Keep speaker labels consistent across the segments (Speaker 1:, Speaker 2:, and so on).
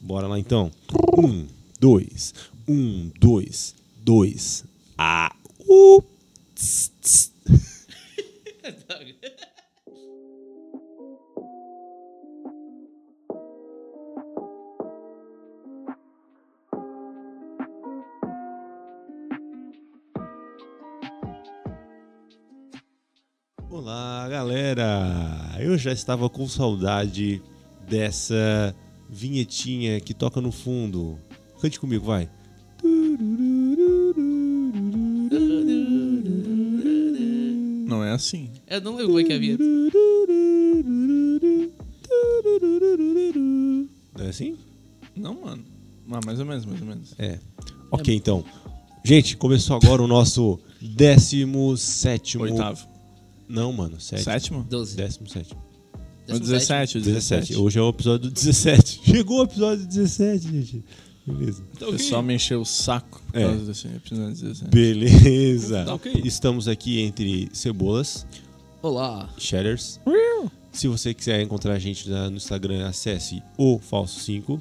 Speaker 1: Bora lá então. Um, dois, um, dois, dois. Ah, uh, tss, tss. Olá, galera! Eu já estava com saudade dessa vinhetinha que toca no fundo. Cante comigo, vai.
Speaker 2: Não é assim.
Speaker 3: Eu não lembro como é que é a vinheta.
Speaker 1: Não é assim?
Speaker 2: Não, mano. Ah, mais ou menos, mais ou menos.
Speaker 1: É. Ok, então. Gente, começou agora o nosso 17.
Speaker 2: Oitavo.
Speaker 1: Não, mano, sétimo.
Speaker 2: Sétimo?
Speaker 3: 12.
Speaker 1: É, 17.
Speaker 2: Ou 17?
Speaker 1: 17. Hoje é o episódio 17. Chegou o episódio 17, gente. Beleza.
Speaker 2: O pessoal me encheu o saco por
Speaker 1: É.
Speaker 2: causa desse episódio 17.
Speaker 1: Beleza.
Speaker 3: Tá ok.
Speaker 1: Estamos aqui entre cebolas,
Speaker 3: Olá.
Speaker 1: shatters. Se você quiser encontrar a gente na- no Instagram, acesse o Falso 5.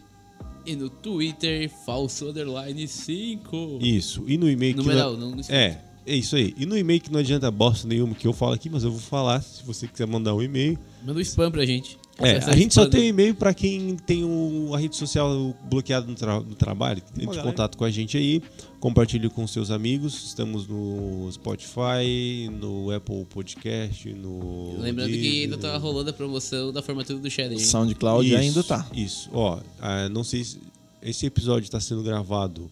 Speaker 3: E no Twitter, falso underline 5.
Speaker 1: Isso. E no e-mail que.
Speaker 3: Numeral,
Speaker 1: não-
Speaker 3: não, não esquece.
Speaker 1: É, é isso aí. E no e-mail que não adianta bosta nenhuma que eu falo aqui, mas eu vou falar se você quiser mandar um e-mail.
Speaker 3: Manda um spam pra gente.
Speaker 1: É,
Speaker 3: Acessa
Speaker 1: a gente só
Speaker 3: spam
Speaker 1: tem e-mail pra quem tem o- a rede social bloqueada no, tra- no trabalho. Entre em
Speaker 2: galera.
Speaker 1: contato com a gente aí, compartilhe com seus amigos. Estamos no Spotify, no Apple Podcast, no.
Speaker 3: Lembrando que ainda tá
Speaker 1: Deezer.
Speaker 3: rolando a promoção da formatura do Shadow. hein?
Speaker 2: SoundCloud
Speaker 1: Isso,
Speaker 2: ainda tá.
Speaker 1: Isso. Ó, ah, não sei se esse episódio está sendo gravado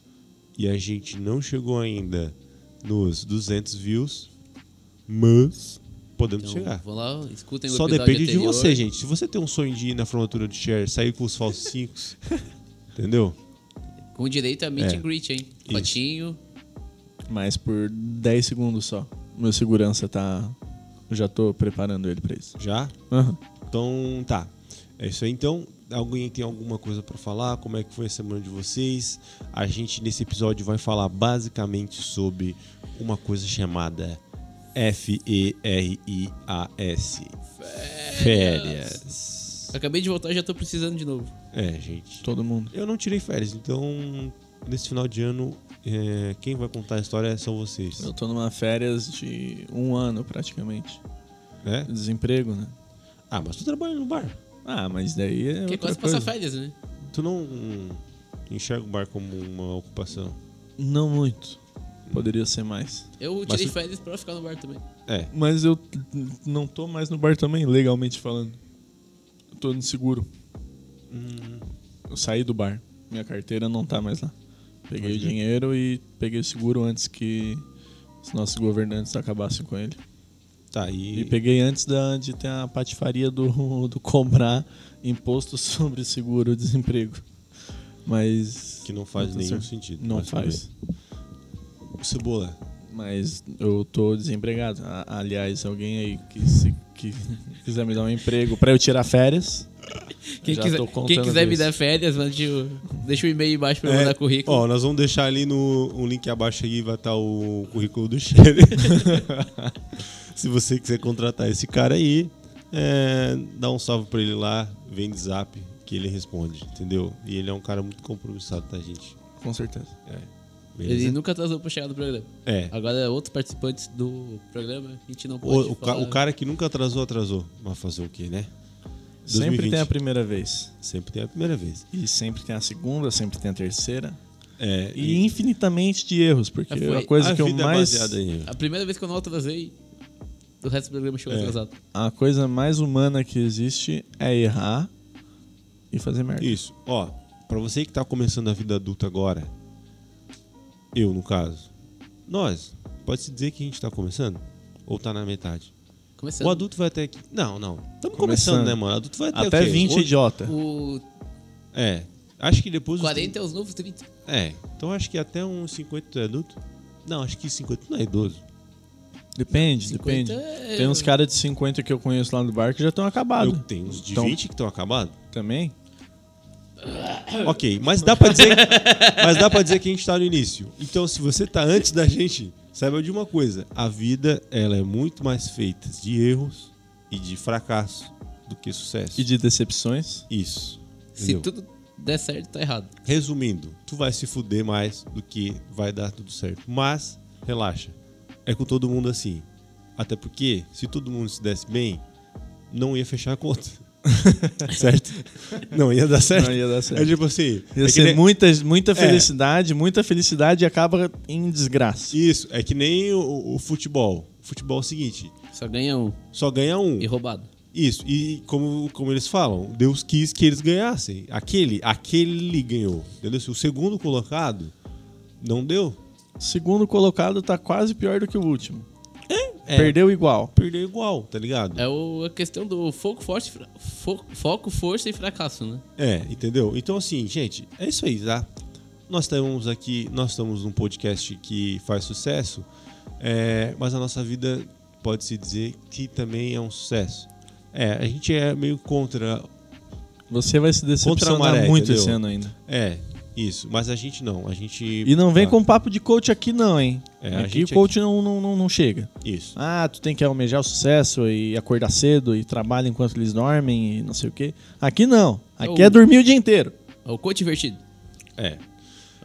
Speaker 1: e a gente não chegou ainda nos 200 views, mas podemos
Speaker 3: Então,
Speaker 1: chegar.
Speaker 3: vão lá, escutem o
Speaker 1: Só
Speaker 3: episódio
Speaker 1: depende de
Speaker 3: anterior.
Speaker 1: você, gente. Se você tem um sonho de ir na formatura do Cher, sair com os falsos cinco, entendeu?
Speaker 3: Com direito a meet
Speaker 1: É.
Speaker 3: and greet, hein? Fotinho.
Speaker 2: Mas por 10 segundos só. Meu segurança tá. eu Já tô preparando ele pra isso.
Speaker 1: Já?
Speaker 2: Aham.
Speaker 1: Então, tá. É isso aí. Então, alguém tem alguma coisa pra falar? Como é que foi a semana de vocês? A gente nesse episódio vai falar basicamente sobre uma coisa chamada F E R I A S. Férias.
Speaker 3: Eu Acabei de voltar, já tô precisando de novo.
Speaker 1: É, gente.
Speaker 2: Todo mundo.
Speaker 1: Eu não tirei férias, então nesse final de ano é, quem vai contar a história são vocês.
Speaker 2: Eu tô numa férias de um ano praticamente.
Speaker 1: É?
Speaker 2: Desemprego, né?
Speaker 1: Ah, mas tu trabalha no bar.
Speaker 2: Ah, mas daí é.
Speaker 3: que é
Speaker 2: outra
Speaker 3: quase
Speaker 2: coisa.
Speaker 3: passar férias, né?
Speaker 1: Tu não enxerga o bar como uma ocupação.
Speaker 2: Não muito. Poderia ser mais.
Speaker 3: Eu tirei
Speaker 1: tu-
Speaker 3: férias pra ficar no bar também.
Speaker 1: É.
Speaker 2: Mas eu t- não tô mais no bar também, legalmente falando. Eu tô no seguro.
Speaker 1: Hum.
Speaker 2: Eu saí do bar. Minha carteira não tá mais lá. Peguei
Speaker 1: Pode
Speaker 2: o
Speaker 1: crer.
Speaker 2: dinheiro e peguei o seguro antes que os nossos governantes acabassem com ele.
Speaker 1: Tá,
Speaker 2: E, peguei antes da, de ter a patifaria do, do cobrar imposto sobre seguro-desemprego. Mas.
Speaker 1: Que não faz
Speaker 2: Tá
Speaker 1: nenhum
Speaker 2: certo.
Speaker 1: sentido.
Speaker 2: Não
Speaker 1: mas tudo
Speaker 2: faz.
Speaker 1: bem. Cebola.
Speaker 2: Mas eu tô desempregado. A- Aliás, alguém aí que, se- que quiser me dar um emprego pra eu tirar férias.
Speaker 3: Quem
Speaker 2: já
Speaker 3: quiser,
Speaker 2: tô
Speaker 3: quem
Speaker 2: contando
Speaker 3: quiser
Speaker 2: com
Speaker 3: me
Speaker 2: isso.
Speaker 3: dar férias, mande o- deixa o e-mail embaixo pra eu mandar currículo.
Speaker 1: É. Ó, nós vamos deixar ali no um link abaixo aí, vai estar o currículo do Shelly. Se você quiser contratar esse cara aí, é, dá um salve pra ele lá, vem de zap, que ele responde, entendeu? E ele é um cara muito compromissado, tá, gente?
Speaker 2: Com certeza.
Speaker 3: Ele
Speaker 1: Beleza?
Speaker 3: nunca atrasou pra chegar no programa.
Speaker 1: É.
Speaker 3: Agora, outros participantes do programa, a gente não pode
Speaker 1: O, o ca-
Speaker 3: falar.
Speaker 1: o cara que nunca atrasou, atrasou. Mas fazer o quê, né?
Speaker 2: Sempre
Speaker 1: 2020.
Speaker 2: tem a primeira vez.
Speaker 1: Sempre tem a primeira vez.
Speaker 2: E sempre tem a segunda, sempre tem a terceira.
Speaker 1: É,
Speaker 2: E infinitamente de erros, porque
Speaker 3: Ah, foi.
Speaker 2: a coisa
Speaker 1: a
Speaker 2: que eu
Speaker 1: vida é
Speaker 2: mais.
Speaker 1: baseada em erro.
Speaker 3: A primeira vez que eu não atrasei, o resto do programa chegou
Speaker 1: É.
Speaker 3: atrasado.
Speaker 2: A coisa mais humana que existe é errar e fazer merda.
Speaker 1: Isso. Ó, pra você que tá começando a vida adulta agora, eu no caso, nós, pode-se dizer que a gente tá começando? Ou tá na metade?
Speaker 3: Começando.
Speaker 1: O adulto vai até aqui. Não, não. Estamos começando,
Speaker 2: Começando.
Speaker 1: né, mano? Adulto vai até
Speaker 2: Até
Speaker 1: o quê?
Speaker 2: 20
Speaker 1: Oito?
Speaker 2: idiota.
Speaker 3: O
Speaker 1: É. Acho que depois. os
Speaker 3: 40 é os novos 30.
Speaker 1: trin- É. Então acho que até uns 50 tu é adulto. Não, acho que 50 não é idoso.
Speaker 2: Depende,
Speaker 3: 50
Speaker 2: depende.
Speaker 3: é-
Speaker 2: Tem uns caras de 50 que eu conheço lá no bar que já estão acabados.
Speaker 1: Eu tenho uns de
Speaker 2: Então-
Speaker 1: 20 que estão acabados.
Speaker 2: Também?
Speaker 1: Ok, mas dá pra dizer, mas dá para dizer que a gente tá no início. Então, se você tá antes da gente, saiba de uma coisa: a vida ela é muito mais feita de erros e de fracasso do que sucesso.
Speaker 2: E de decepções.
Speaker 1: Isso.
Speaker 3: Se
Speaker 1: entendeu?
Speaker 3: tudo der certo, tá errado.
Speaker 1: Resumindo, tu vai se fuder mais do que vai dar tudo certo. Mas, relaxa. É com todo mundo assim. Até porque, se todo mundo se desse bem, não ia fechar a conta. certo? Não ia dar certo.
Speaker 2: Não ia dar certo.
Speaker 1: É tipo assim. é
Speaker 2: Ia
Speaker 1: que
Speaker 2: ser
Speaker 1: nem-
Speaker 2: muita, muita felicidade, muita felicidade e acaba em desgraça.
Speaker 1: Isso, é que nem o, o futebol. O futebol é o seguinte:
Speaker 3: Só ganha um.
Speaker 1: só ganha um.
Speaker 3: E roubado.
Speaker 1: Isso, e como, como eles falam, Deus quis que eles ganhassem. Aquele, aquele ganhou. Entendeu? Se o segundo colocado não deu,
Speaker 2: Segundo colocado tá quase pior do que o último.
Speaker 1: É.
Speaker 2: Perdeu igual.
Speaker 1: perdeu igual, tá ligado?
Speaker 3: É o- a questão do foco, forte, fra- fo- foco, força e fracasso, né?
Speaker 1: É, entendeu? Então, assim, gente, é isso aí, tá? Nós estamos aqui, nós estamos num podcast que faz sucesso, é, mas a nossa vida pode-se dizer que também é um sucesso. É, a gente é meio contra
Speaker 2: Você vai se
Speaker 1: Contra a
Speaker 2: decepcionar
Speaker 1: maré,
Speaker 2: muito
Speaker 1: entendeu?
Speaker 2: esse ano ainda.
Speaker 1: É, isso. Mas a gente não. A gente.
Speaker 2: E não vem
Speaker 1: tá,
Speaker 2: com papo de coach aqui não, hein?
Speaker 1: É, a
Speaker 2: aqui
Speaker 1: gente
Speaker 2: o coach não, não, não, não chega.
Speaker 1: Isso.
Speaker 2: Ah, tu tem que almejar o sucesso e acordar cedo e trabalha enquanto eles dormem e não sei o quê. Aqui não. Aqui
Speaker 3: Eu-
Speaker 2: é dormir o dia inteiro.
Speaker 3: É o coach invertido.
Speaker 1: É.
Speaker 3: É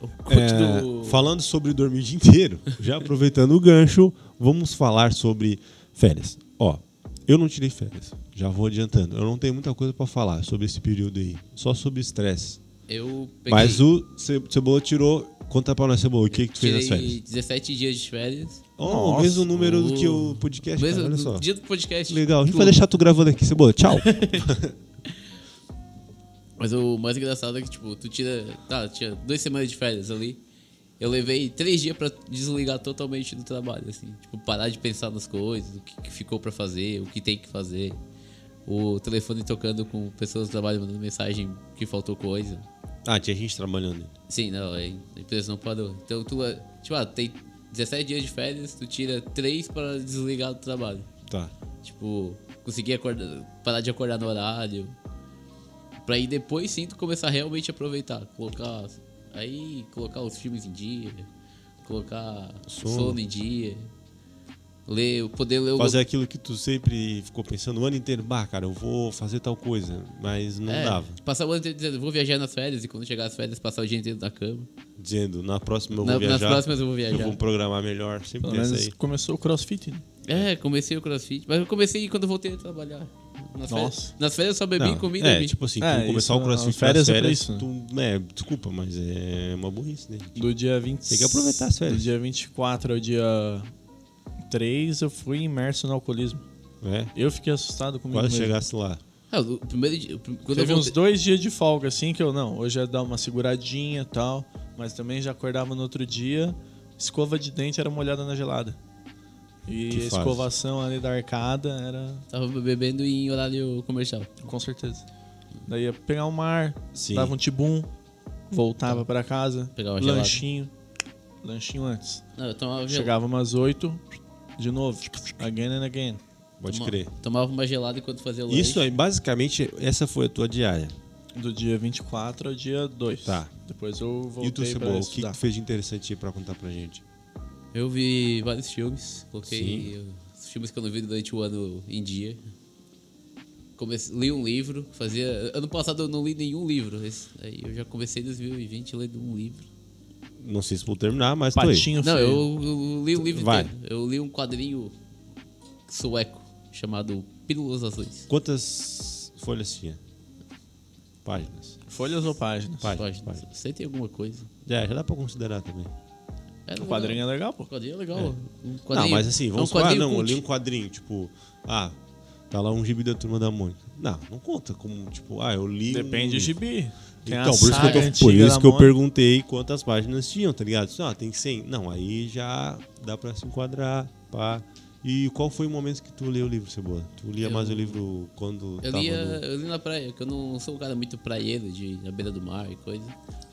Speaker 3: o coach
Speaker 1: É,
Speaker 3: do...
Speaker 1: Falando sobre dormir o dia inteiro, já aproveitando o gancho, vamos falar sobre férias. Ó, eu não tirei férias. Já vou adiantando. Eu não tenho muita coisa pra falar sobre esse período aí. Só sobre estresse.
Speaker 3: Eu peguei...
Speaker 1: Mas o Ce- Cebola tirou. Conta pra nós, Cebola, o um que, que tu fez nas
Speaker 3: Tirei
Speaker 1: férias?
Speaker 3: 17 dias de férias.
Speaker 1: Ó, o
Speaker 2: Nossa,
Speaker 1: mesmo número do que
Speaker 3: o-
Speaker 1: o podcast,
Speaker 3: Mesmo
Speaker 1: cara, olha
Speaker 3: no
Speaker 1: só.
Speaker 3: dia do podcast.
Speaker 1: Legal, a gente
Speaker 3: tudo.
Speaker 1: vai deixar tu gravando aqui, Cebola. Tchau.
Speaker 3: Mas o mais engraçado é que, tipo, tu tira. Tá, tinha duas semanas de férias ali. Eu levei três dias pra desligar totalmente do trabalho, assim. Tipo, parar de pensar nas coisas, o que, que ficou pra fazer, o que tem que fazer. O telefone tocando com pessoas do trabalho mandando mensagem que faltou coisa.
Speaker 1: ah, tinha gente trabalhando.
Speaker 3: Sim, não, a empresa não parou. Então tu, eh, tipo, ah, tem 17 dias de férias, tu tira três pra desligar do trabalho.
Speaker 1: Tá.
Speaker 3: Tipo, conseguir acordar, parar de acordar no horário. Pra aí depois sim tu começar realmente a aproveitar. Colocar. Aí colocar os filmes em dia. Colocar
Speaker 1: Sono.
Speaker 3: sono, em dia. Ler, poder ler o
Speaker 1: fazer aquilo que tu sempre ficou pensando o ano inteiro, bah, cara, eu vou fazer tal coisa, mas não
Speaker 3: é,
Speaker 1: dava.
Speaker 3: Passar o ano inteiro dizendo, vou viajar nas férias, e quando chegar as férias, passar o dia inteiro na cama.
Speaker 1: Dizendo, na próxima eu vou
Speaker 3: Na-
Speaker 1: viajar.
Speaker 3: nas próximas eu
Speaker 1: eu
Speaker 3: vou viajar.
Speaker 1: vou programar melhor, sempre
Speaker 2: Pelo
Speaker 1: tem isso
Speaker 2: menos
Speaker 1: aí.
Speaker 2: começou o crossfit, né?
Speaker 3: É, comecei o crossfit. Mas eu comecei quando eu voltei a trabalhar. Nas
Speaker 2: Nossa.
Speaker 3: Férias, nas férias eu só bebi,
Speaker 1: Não,
Speaker 3: comi e
Speaker 1: é,
Speaker 3: dormi.
Speaker 1: tipo assim, tu
Speaker 2: É,
Speaker 1: começar
Speaker 2: isso,
Speaker 1: o CrossFit
Speaker 2: as férias
Speaker 1: férias,
Speaker 2: é
Speaker 1: férias
Speaker 2: pra isso.
Speaker 1: tu- é, desculpa, mas é uma burrice, né?
Speaker 2: Do dia 20.
Speaker 1: Tem que aproveitar as férias.
Speaker 2: Do dia 24 ao dia 3, eu fui imerso no alcoolismo.
Speaker 1: É,
Speaker 2: Eu fiquei assustado comigo
Speaker 1: quase
Speaker 2: mesmo.
Speaker 1: chegasse lá.
Speaker 3: Ah, o primeiro dia. o prim- Quando eu
Speaker 2: Teve uns
Speaker 3: voltei,
Speaker 2: dois dias de folga, assim, que eu não, hoje ia dar uma seguradinha e tal, mas também já acordava no outro dia, escova de dente era molhada na gelada.
Speaker 1: Que
Speaker 2: E a
Speaker 1: fase.
Speaker 2: escovação ali da arcada era,
Speaker 3: tava bebendo em horário comercial.
Speaker 2: com certeza. Daí ia pegar um mar,
Speaker 1: Sim.
Speaker 2: dava um tibum, voltava pra casa,
Speaker 3: Tá. Pegava gelado.
Speaker 2: lanchinho, lanchinho antes.
Speaker 3: Não, eu tomava gelado.
Speaker 2: Chegava umas 8, de novo,
Speaker 3: Tipo,
Speaker 2: again and again.
Speaker 1: Pode
Speaker 3: Toma-
Speaker 1: crer.
Speaker 3: Tomava uma gelada enquanto fazia o lanche.
Speaker 1: Isso é- aí, basicamente, essa foi a tua diária.
Speaker 2: Do dia 24 ao dia 2.
Speaker 1: Tá.
Speaker 2: Depois eu
Speaker 1: e o teu
Speaker 2: voltei pra
Speaker 1: cebola, o que que
Speaker 2: estudar.
Speaker 1: tu fez de interessante aí pra contar pra gente?
Speaker 3: Eu vi vários filmes, coloquei
Speaker 1: Sim.
Speaker 3: os filmes que eu não vi durante o ano em dia. Comecei, li um livro, fazia. Ano passado eu não li nenhum livro. Esse- aí eu já comecei em 2020 lendo um livro.
Speaker 1: Não sei se vou terminar, mas tô aí.
Speaker 2: Patinho
Speaker 3: não,
Speaker 2: feio.
Speaker 3: eu, eu li o livro
Speaker 1: Vai.
Speaker 3: inteiro. Eu li um quadrinho sueco chamado Pílulas Azuis.
Speaker 1: Quantas folhas tinha? Páginas.
Speaker 2: Folhas ou páginas?
Speaker 1: Pá- Vai,
Speaker 3: Páginas.
Speaker 1: vai.
Speaker 3: Você tem alguma coisa?
Speaker 1: É, Já, já dá pra considerar também.
Speaker 3: É
Speaker 2: O quadrinho é legal, pô.
Speaker 3: legal. Quadrinho é legal. Um
Speaker 1: Não,
Speaker 3: quadrinho-
Speaker 1: mas assim, vamos
Speaker 3: é um
Speaker 1: falar,
Speaker 3: quadrinho
Speaker 1: não, eu
Speaker 3: cult.
Speaker 1: li um quadrinho, tipo, ah, tá lá um gibi da turma da Mônica. Não, não conta como, tipo, ah, eu li. um
Speaker 2: Depende do
Speaker 1: livro.
Speaker 2: gibi. Tem a
Speaker 1: Então, por isso que
Speaker 2: saga
Speaker 1: eu, tô,
Speaker 2: antiga
Speaker 1: por isso
Speaker 2: da
Speaker 1: que eu
Speaker 2: Mônica.
Speaker 1: perguntei quantas páginas tinham, tá ligado? Disse, Ah, tem 100. Não, aí já dá pra se enquadrar, pá. E qual foi o momento que tu leu o livro, Cebola? Tu lia
Speaker 3: Eu-
Speaker 1: mais o livro quando
Speaker 3: Eu
Speaker 1: tava
Speaker 3: lia,
Speaker 1: no...
Speaker 3: eu li na praia, que eu não sou um cara muito praieiro, de na beira do mar e coisa.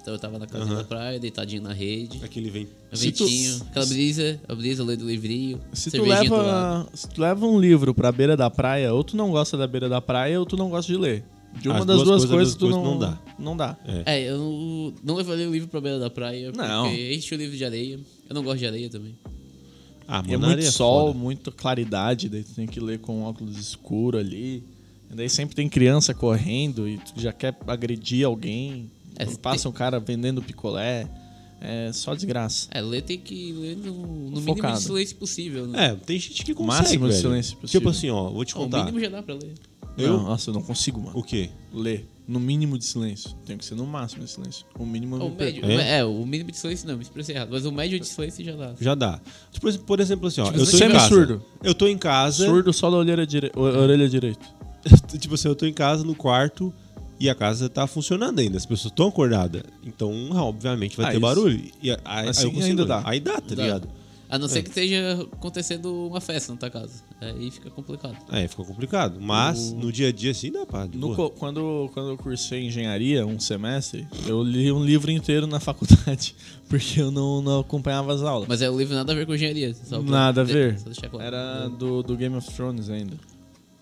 Speaker 3: Então eu tava na casa da praia, deitadinho na rede,
Speaker 1: Aquele vem...
Speaker 2: Se tu-
Speaker 3: ventinho, aquela brisa, a brisa lendo o livrinho,
Speaker 2: Se tu,
Speaker 3: cervejinha do lado.
Speaker 2: leva, se tu leva um livro pra beira da praia, ou tu não gosta da beira da praia, ou tu não gosta de ler. De uma
Speaker 1: As
Speaker 2: das
Speaker 1: duas
Speaker 2: duas,
Speaker 1: coisas,
Speaker 2: coisas,
Speaker 1: as duas
Speaker 2: tu
Speaker 1: coisas
Speaker 2: não,
Speaker 1: não dá.
Speaker 2: Não dá.
Speaker 3: É, eu não, não levaria o livro pra beira da praia,
Speaker 2: Não.
Speaker 3: porque enche o livro de areia. Eu não gosto de areia também.
Speaker 1: Ah,
Speaker 2: E é
Speaker 1: mano,
Speaker 2: muito sol,
Speaker 1: foda.
Speaker 2: muita claridade, daí tu tem que ler com óculos escuro ali. E daí sempre tem criança correndo e tu já quer agredir alguém.
Speaker 3: É,
Speaker 2: Não passa um cara vendendo picolé. É só desgraça.
Speaker 3: É, ler tem que ler no, no mínimo
Speaker 2: Focado.
Speaker 3: de silêncio possível, né?
Speaker 1: É, tem gente que consegue,
Speaker 2: Máximo de
Speaker 1: velho.
Speaker 2: silêncio possível.
Speaker 1: Tipo assim, ó, vou te
Speaker 3: Não, o
Speaker 1: contar.
Speaker 3: mínimo já dá pra ler.
Speaker 1: Eu?
Speaker 2: Não, nossa, eu não consigo, mano.
Speaker 1: O quê?
Speaker 2: Ler. No mínimo de silêncio. Tem que ser no máximo de silêncio. O mínimo eu
Speaker 3: O
Speaker 2: me perco.
Speaker 3: médio,
Speaker 1: É?
Speaker 3: é? o mínimo de silêncio não, me expressei errado. Mas o médio de silêncio já dá.
Speaker 1: Já dá. Tipo, por exemplo assim, ó,
Speaker 3: Tipo,
Speaker 1: eu
Speaker 3: se
Speaker 1: tô
Speaker 3: você
Speaker 1: em
Speaker 3: tiver
Speaker 1: casa.
Speaker 2: é surdo.
Speaker 1: Eu tô em casa.
Speaker 2: Surdo só da orelha, dire... o- orelha direita.
Speaker 1: tipo assim, eu tô em casa no quarto e a casa tá funcionando ainda, as pessoas estão acordadas. Então, ah, obviamente, vai
Speaker 2: Ah,
Speaker 1: ter
Speaker 2: isso.
Speaker 1: barulho. E a- aí,
Speaker 2: Assim
Speaker 1: aí eu consigo
Speaker 2: ainda
Speaker 1: ler.
Speaker 2: dá.
Speaker 1: Aí dá, tá
Speaker 3: Dá.
Speaker 1: ligado?
Speaker 3: A não
Speaker 2: É.
Speaker 3: ser que esteja acontecendo uma festa na tua casa. Aí fica complicado.
Speaker 1: Aí ficou É, complicado. Mas
Speaker 2: O-
Speaker 1: no dia a dia, assim, dá pra. de
Speaker 2: No
Speaker 1: boa.
Speaker 2: co- quando, quando eu cursei engenharia, um semestre, eu li um livro inteiro na faculdade, porque eu não, não acompanhava as aulas.
Speaker 3: Mas é o livro nada a ver com engenharia. só pra-
Speaker 2: Nada a
Speaker 3: de-
Speaker 2: ver.
Speaker 3: Só deixar claro.
Speaker 2: Era do, do Game of Thrones ainda.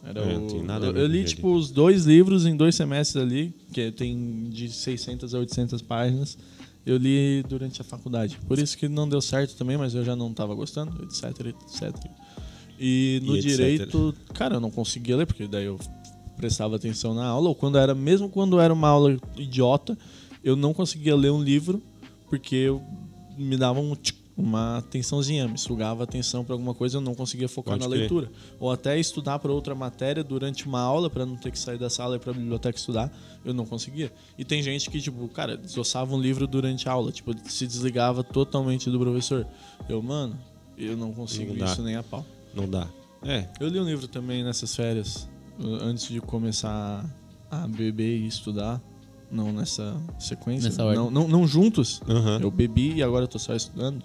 Speaker 2: Era
Speaker 1: É,
Speaker 2: o-
Speaker 1: tem nada a
Speaker 2: eu,
Speaker 1: ver
Speaker 2: eu
Speaker 1: com
Speaker 2: li,
Speaker 1: ele.
Speaker 2: tipo, os dois livros em dois semestres ali, que tem de 600 a 800 páginas. Eu li durante a faculdade. Por isso que não deu certo também, mas eu já não tava gostando, etc, etc. E no
Speaker 1: E etc.
Speaker 2: direito, cara, eu não conseguia ler, porque daí eu prestava atenção na aula, ou quando era, mesmo quando era uma aula idiota, eu não conseguia ler um livro, porque eu me dava um tchic, uma atençãozinha, me sugava atenção para alguma coisa, eu não conseguia focar
Speaker 1: Pode
Speaker 2: na
Speaker 1: crer.
Speaker 2: leitura. Ou até estudar para outra matéria durante uma aula, para não ter que sair da sala e ir para biblioteca estudar, eu não conseguia. E tem gente que, tipo, cara, desossava um livro durante a aula, tipo, se desligava totalmente do professor. Eu, mano, eu não consigo
Speaker 1: Não dá.
Speaker 2: isso nem a pau.
Speaker 1: Não dá. É,
Speaker 2: Eu li um livro também nessas férias, uh, antes de começar a beber e estudar. Não nessa sequência.
Speaker 3: Nessa ordem.
Speaker 2: Não, não, não juntos.
Speaker 1: Aham.
Speaker 2: Eu bebi e agora eu tô só estudando.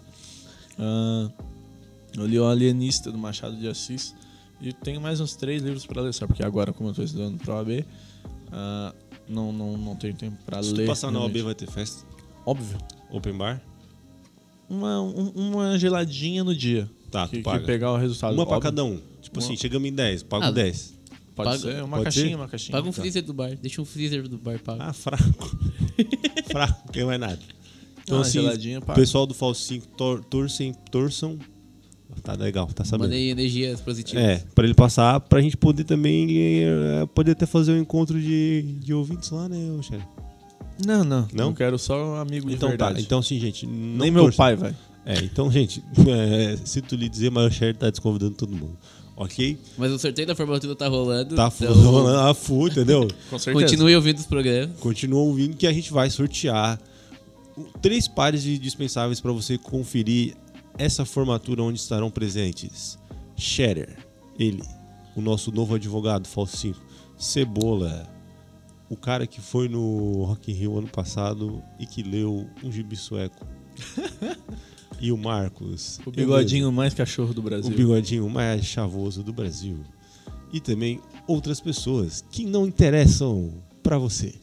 Speaker 2: Ah, eu li O Alienista do Machado de Assis. E tenho mais uns três livros pra ler, só porque agora, como eu tô estudando pra OAB, ah, não, não, não tenho tempo pra
Speaker 1: Se
Speaker 2: ler.
Speaker 1: tu passar na OAB,
Speaker 2: realmente.
Speaker 1: vai ter festa?
Speaker 2: Óbvio.
Speaker 1: Open bar?
Speaker 2: Uma, um- uma geladinha no dia.
Speaker 1: Tá, tu
Speaker 2: que, que
Speaker 1: paga.
Speaker 2: pegar o resultado.
Speaker 1: Uma pra
Speaker 2: óbvio.
Speaker 1: cada um. Tipo
Speaker 2: Uma-
Speaker 1: assim, chegamos em 10, pago
Speaker 3: Ah,
Speaker 1: 10.
Speaker 2: Pode
Speaker 3: Paga-
Speaker 2: ser, uma
Speaker 1: pode
Speaker 2: caixinha,
Speaker 1: ser?
Speaker 2: uma caixinha.
Speaker 3: Paga um
Speaker 2: Tá.
Speaker 3: freezer do bar. Deixa um freezer do bar pago.
Speaker 1: Ah, fraco. fraco, não tem mais nada. Então,
Speaker 2: Ah,
Speaker 1: assim,
Speaker 2: geladinha,
Speaker 1: o
Speaker 2: paga.
Speaker 1: pessoal do Falso 5 tor torcem, torçam. Tá legal, tá sabendo.
Speaker 3: Mandei energias positivas.
Speaker 1: É, pra ele passar, pra gente poder também, eh, poder até fazer um encontro de, de ouvintes lá, né, ô, chefe?
Speaker 2: Não, não.
Speaker 1: Não?
Speaker 2: Não quero só um amigo de
Speaker 1: Então tá,
Speaker 2: verdade.
Speaker 1: então assim, gente, não
Speaker 2: Nem meu
Speaker 1: torça.
Speaker 2: pai, vai.
Speaker 1: É, então, gente, é, sinto lhe dizer, mas o Sherry tá desconvidando todo mundo, ok?
Speaker 3: Mas o sorteio da formatura tá rolando.
Speaker 1: Tá
Speaker 3: então
Speaker 1: rolando a full, entendeu?
Speaker 2: Com certeza.
Speaker 3: Continue ouvindo os programas.
Speaker 1: Continua ouvindo que a gente vai sortear o- três pares de dispensáveis para você conferir essa formatura onde estarão presentes. Scherer, ele, o nosso novo advogado, Falso 5. Cebola, o cara que foi no Rock in Rio ano passado e que leu um gibi sueco. e o Marcos.
Speaker 2: O
Speaker 1: eu
Speaker 2: bigodinho mais cachorro do
Speaker 1: o
Speaker 2: Brasil.
Speaker 1: bigodinho mais chavoso do Brasil. E também outras pessoas que não interessam pra você.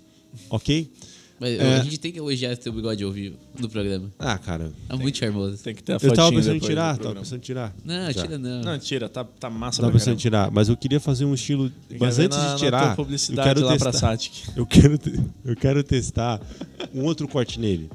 Speaker 1: Ok?
Speaker 3: Mas
Speaker 1: É.
Speaker 3: a gente tem que elogiar esse teu bigode ao vivo no programa.
Speaker 1: Ah, cara.
Speaker 3: É muito charmoso.
Speaker 2: Tem que ter a
Speaker 1: Eu tava
Speaker 2: fotinha
Speaker 1: pensando em
Speaker 2: depois do
Speaker 1: tirar, tava
Speaker 2: programa.
Speaker 1: pensando em tirar.
Speaker 3: Não,
Speaker 1: Já.
Speaker 3: tira não.
Speaker 2: Não, tira, tá, tá massa
Speaker 1: Tava
Speaker 2: pra
Speaker 1: pensando em tirar, mas eu queria fazer um estilo. mas antes de tirar,
Speaker 2: publicidade
Speaker 1: eu quero
Speaker 2: lá pra
Speaker 1: testar.
Speaker 2: Satic.
Speaker 1: eu quero, te- eu quero testar um outro corte nele.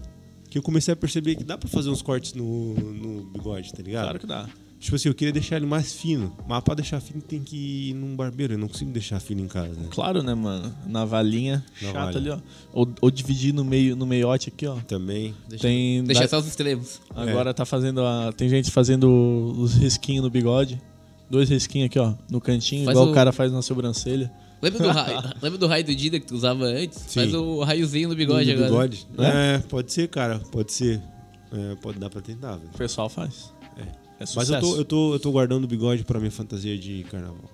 Speaker 1: Que eu comecei a perceber que dá pra fazer uns cortes no, no bigode, tá ligado?
Speaker 2: Claro que dá.
Speaker 1: Tipo assim, eu queria deixar ele mais fino. Mas pra deixar fino tem que ir num barbeiro. Eu não consigo deixar fino em casa, né?
Speaker 2: Claro, né, mano? Navalinha. Chato
Speaker 1: Navalha.
Speaker 2: ali, ó. Ou, ou dividir no meio, no meiote aqui, ó.
Speaker 1: Também.
Speaker 3: Deixa,
Speaker 2: Tem.
Speaker 3: deixa
Speaker 2: dá-
Speaker 3: só os extremos.
Speaker 2: Agora tá fazendo a. Tem gente fazendo os risquinhos no bigode. Dois risquinhos aqui, ó. No cantinho,
Speaker 3: Faz
Speaker 2: igual
Speaker 3: o-
Speaker 2: o cara faz na sobrancelha.
Speaker 3: Lembra do, raio, lembra do raio do Dida que tu usava antes?
Speaker 1: Sim.
Speaker 3: Faz o raiozinho no bigode
Speaker 1: Do
Speaker 3: agora.
Speaker 1: bigode. É, pode ser, cara. Pode ser. É, pode dar pra tentar, velho.
Speaker 2: O pessoal faz. É, sucesso.
Speaker 1: Mas eu tô, eu, tô, eu tô guardando o bigode pra minha fantasia de carnaval.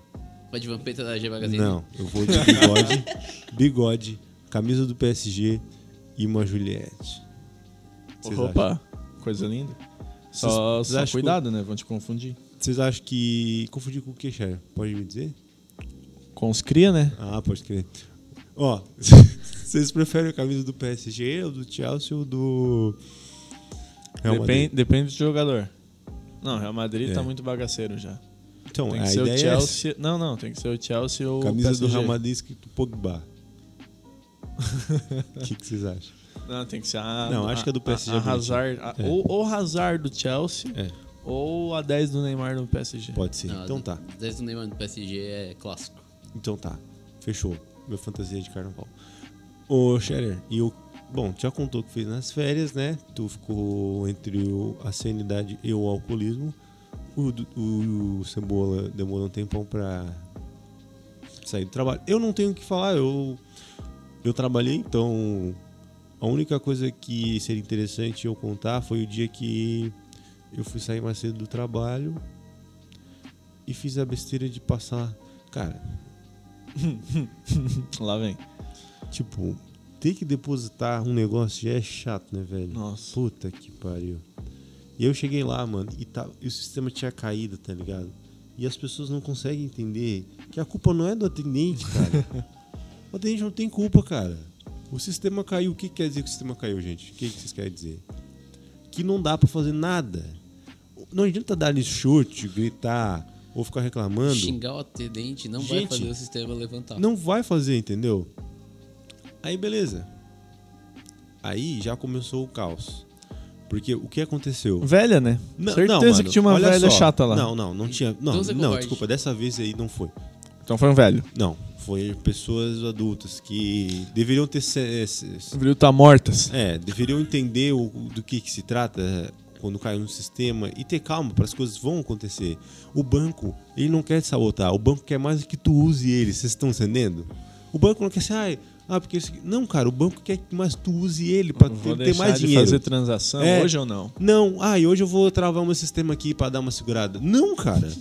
Speaker 3: Mas de vampeta da G Magazine.
Speaker 1: Não, eu vou de bigode, bigode, camisa do PSG e uma Juliette. Vocês acham,
Speaker 2: Opa, coisa linda. Só,
Speaker 1: Vocês- vocês
Speaker 2: só
Speaker 1: acham que-
Speaker 2: cuidado, né? Vão te confundir.
Speaker 1: vocês acham que. Confundi com o que, Xera? Pode me dizer?
Speaker 2: Com os cria, né?
Speaker 1: Ah, pode crer. Ó, vocês preferem a camisa do PSG ou do Chelsea ou do. Real Madrid?
Speaker 2: Depende, depende do jogador. Não, Real Madrid
Speaker 1: É.
Speaker 2: tá muito bagaceiro já.
Speaker 1: Então,
Speaker 2: tem
Speaker 1: a
Speaker 2: que ser
Speaker 1: ideia é
Speaker 2: o Chelsea. Não, não, tem que ser o Chelsea ou
Speaker 1: essa.
Speaker 2: o
Speaker 1: Camisa do
Speaker 2: PSG.
Speaker 1: Real Madrid escrito Pogba. O que que vocês acham?
Speaker 2: Não, tem que ser a.
Speaker 1: Não, acho que é do PSG
Speaker 2: A,
Speaker 1: mesmo.
Speaker 2: a Hazard, a-
Speaker 1: É.
Speaker 2: ou, ou Hazard do Chelsea,
Speaker 1: É,
Speaker 2: ou a 10 do Neymar no PSG.
Speaker 1: pode ser.
Speaker 3: Não,
Speaker 1: então tá.
Speaker 3: Desde o Neymar do PSG é clássico.
Speaker 1: Então tá, fechou. Minha fantasia de carnaval. Ô, Scherer, e eu Bom, tu já contou o que fez nas férias, né? Tu ficou entre o- a sanidade e o alcoolismo. O, du- o, o Cebola demorou um tempão pra sair do trabalho. Eu não tenho o que falar, eu, eu trabalhei, então a única coisa que seria interessante eu contar foi o dia que eu fui sair mais cedo do trabalho e fiz a besteira de passar. Cara,
Speaker 2: Lá vem.
Speaker 1: tipo, ter que depositar um negócio já é chato, né, velho?
Speaker 2: Nossa.
Speaker 1: Puta que pariu. E eu cheguei lá, mano, e, tá, e o sistema tinha caído, tá ligado? E as pessoas não conseguem entender que a culpa não é do atendente, cara. o atendente não tem culpa, cara. O sistema caiu. O que que quer dizer que o sistema caiu, gente? O que, que vocês querem dizer? Que não dá pra fazer nada. Não adianta dar lhe chute, gritar ou ficar reclamando.
Speaker 3: Xingar o atendente não vai
Speaker 1: Gente,
Speaker 3: fazer o sistema levantar.
Speaker 1: Não vai fazer, entendeu? Aí beleza. Aí já começou o caos. Porque o que aconteceu?
Speaker 2: Velha, né?
Speaker 1: Não,
Speaker 2: Certeza
Speaker 1: não, mano,
Speaker 2: que tinha uma
Speaker 1: olha
Speaker 2: velha
Speaker 1: só.
Speaker 2: chata lá.
Speaker 1: Não, não, não tinha. Não,
Speaker 3: Então você é
Speaker 1: não,
Speaker 3: covarde.
Speaker 1: desculpa, dessa vez aí não foi.
Speaker 2: Então foi um velho.
Speaker 1: Não, foi pessoas adultas que deveriam ter. se- se- se-
Speaker 2: Viu tá mortas.
Speaker 1: É, deveriam entender o, do que, que se trata é, quando cai no sistema e ter calma para as coisas vão acontecer. O banco, ele não quer te sabotar, o banco quer mais que tu use ele, vocês estão entendendo? O banco não quer ser, ai, ah, porque. isso aqui-". Não, cara, o banco quer que mais tu use ele para
Speaker 2: Vou
Speaker 1: ter
Speaker 2: deixar
Speaker 1: mais
Speaker 2: de
Speaker 1: dinheiro.
Speaker 2: fazer transação
Speaker 1: É.
Speaker 2: hoje ou não?
Speaker 1: Não, ah, e hoje eu vou travar o meu sistema aqui pra dar uma segurada. Não, cara.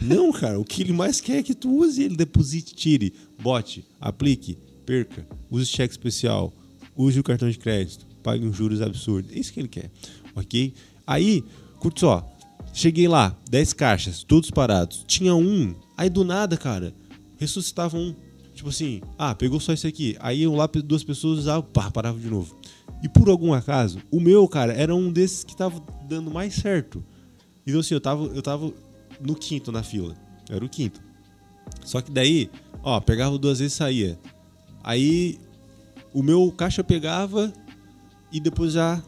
Speaker 1: Não, cara. O que ele mais quer é que tu use ele, deposite, tire, bote, aplique, perca, use cheque especial, use o cartão de crédito, pague uns juros absurdos. É isso que ele quer, ok? Aí, curte só. Cheguei lá, 10 caixas, todos parados. Tinha um, aí do nada, cara, ressuscitava um. Tipo assim, ah, pegou só esse aqui. Aí eu lá, duas pessoas usavam, pá, parava de novo. E por algum acaso, o meu, cara, era um desses que tava dando mais certo. Então assim, eu tava, eu tava no quinto na fila. Eu era o quinto. Só que daí, ó, pegava duas vezes e saía. Aí o meu caixa pegava e depois já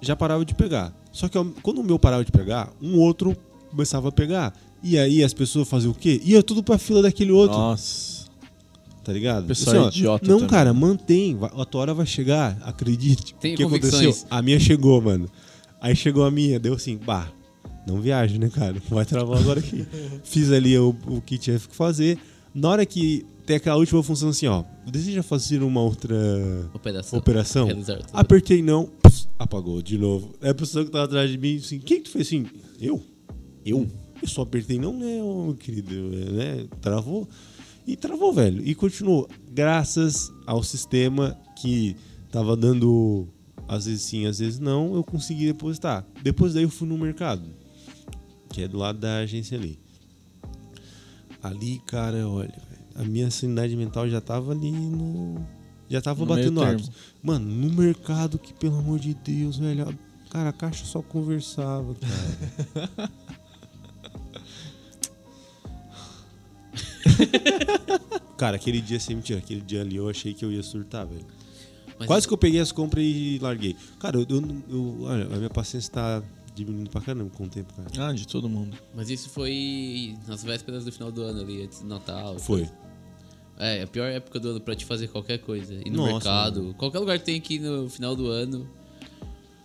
Speaker 1: já parava de pegar. Só que ó, quando o meu parava de pegar, um outro começava a pegar. E aí as pessoas faziam o quê? Ia tudo pra fila daquele outro
Speaker 2: Nossa.
Speaker 1: tá ligado?
Speaker 2: Pessoal é idiota
Speaker 1: Não,
Speaker 2: também.
Speaker 1: cara, mantém. vai- A tua hora vai chegar, acredite.
Speaker 3: Tenha
Speaker 1: o que aconteceu?
Speaker 3: convicções.
Speaker 1: A minha chegou, mano. Aí chegou a minha, deu assim, bah, não viaja, né, cara? Vai travar agora aqui. Fiz ali o, o que tinha que fazer. Na hora que tem aquela última função assim, ó, deseja fazer uma outra
Speaker 3: Operação.
Speaker 1: operação?
Speaker 3: Realizar tudo.
Speaker 1: Apertei não, pss, apagou de novo. Aí a pessoa que tava atrás de mim assim, quem que tu fez assim? Eu? Eu? Eu só apertei não, né, ô, meu querido? é, Né? Travou. E travou, velho. E continuou. Graças ao sistema que tava dando, às vezes sim, às vezes não, eu consegui depositar. Depois daí eu fui no mercado, que é do lado da agência ali. Ali, cara, olha, velho, a minha sanidade mental já tava ali no. Já tava
Speaker 2: No
Speaker 1: batendo
Speaker 2: meio termo.
Speaker 1: ápice. Mano, no mercado que, pelo amor de Deus, velho. a- Cara, a caixa só conversava, cara. cara, aquele dia sem mentira, aquele dia ali eu achei que eu ia surtar, velho.
Speaker 3: Mas
Speaker 1: Quase que eu peguei as compras e larguei. Cara, eu, eu, eu- olha, a minha paciência tá diminuindo pra caramba com o tempo, cara.
Speaker 2: Ah, de todo mundo.
Speaker 3: Mas isso foi nas vésperas do final do ano ali, antes do Natal.
Speaker 1: Foi.
Speaker 3: É, a pior época do ano pra te fazer qualquer coisa. Ir no
Speaker 1: Nossa,
Speaker 3: mercado, qualquer lugar que tem aqui no final do ano.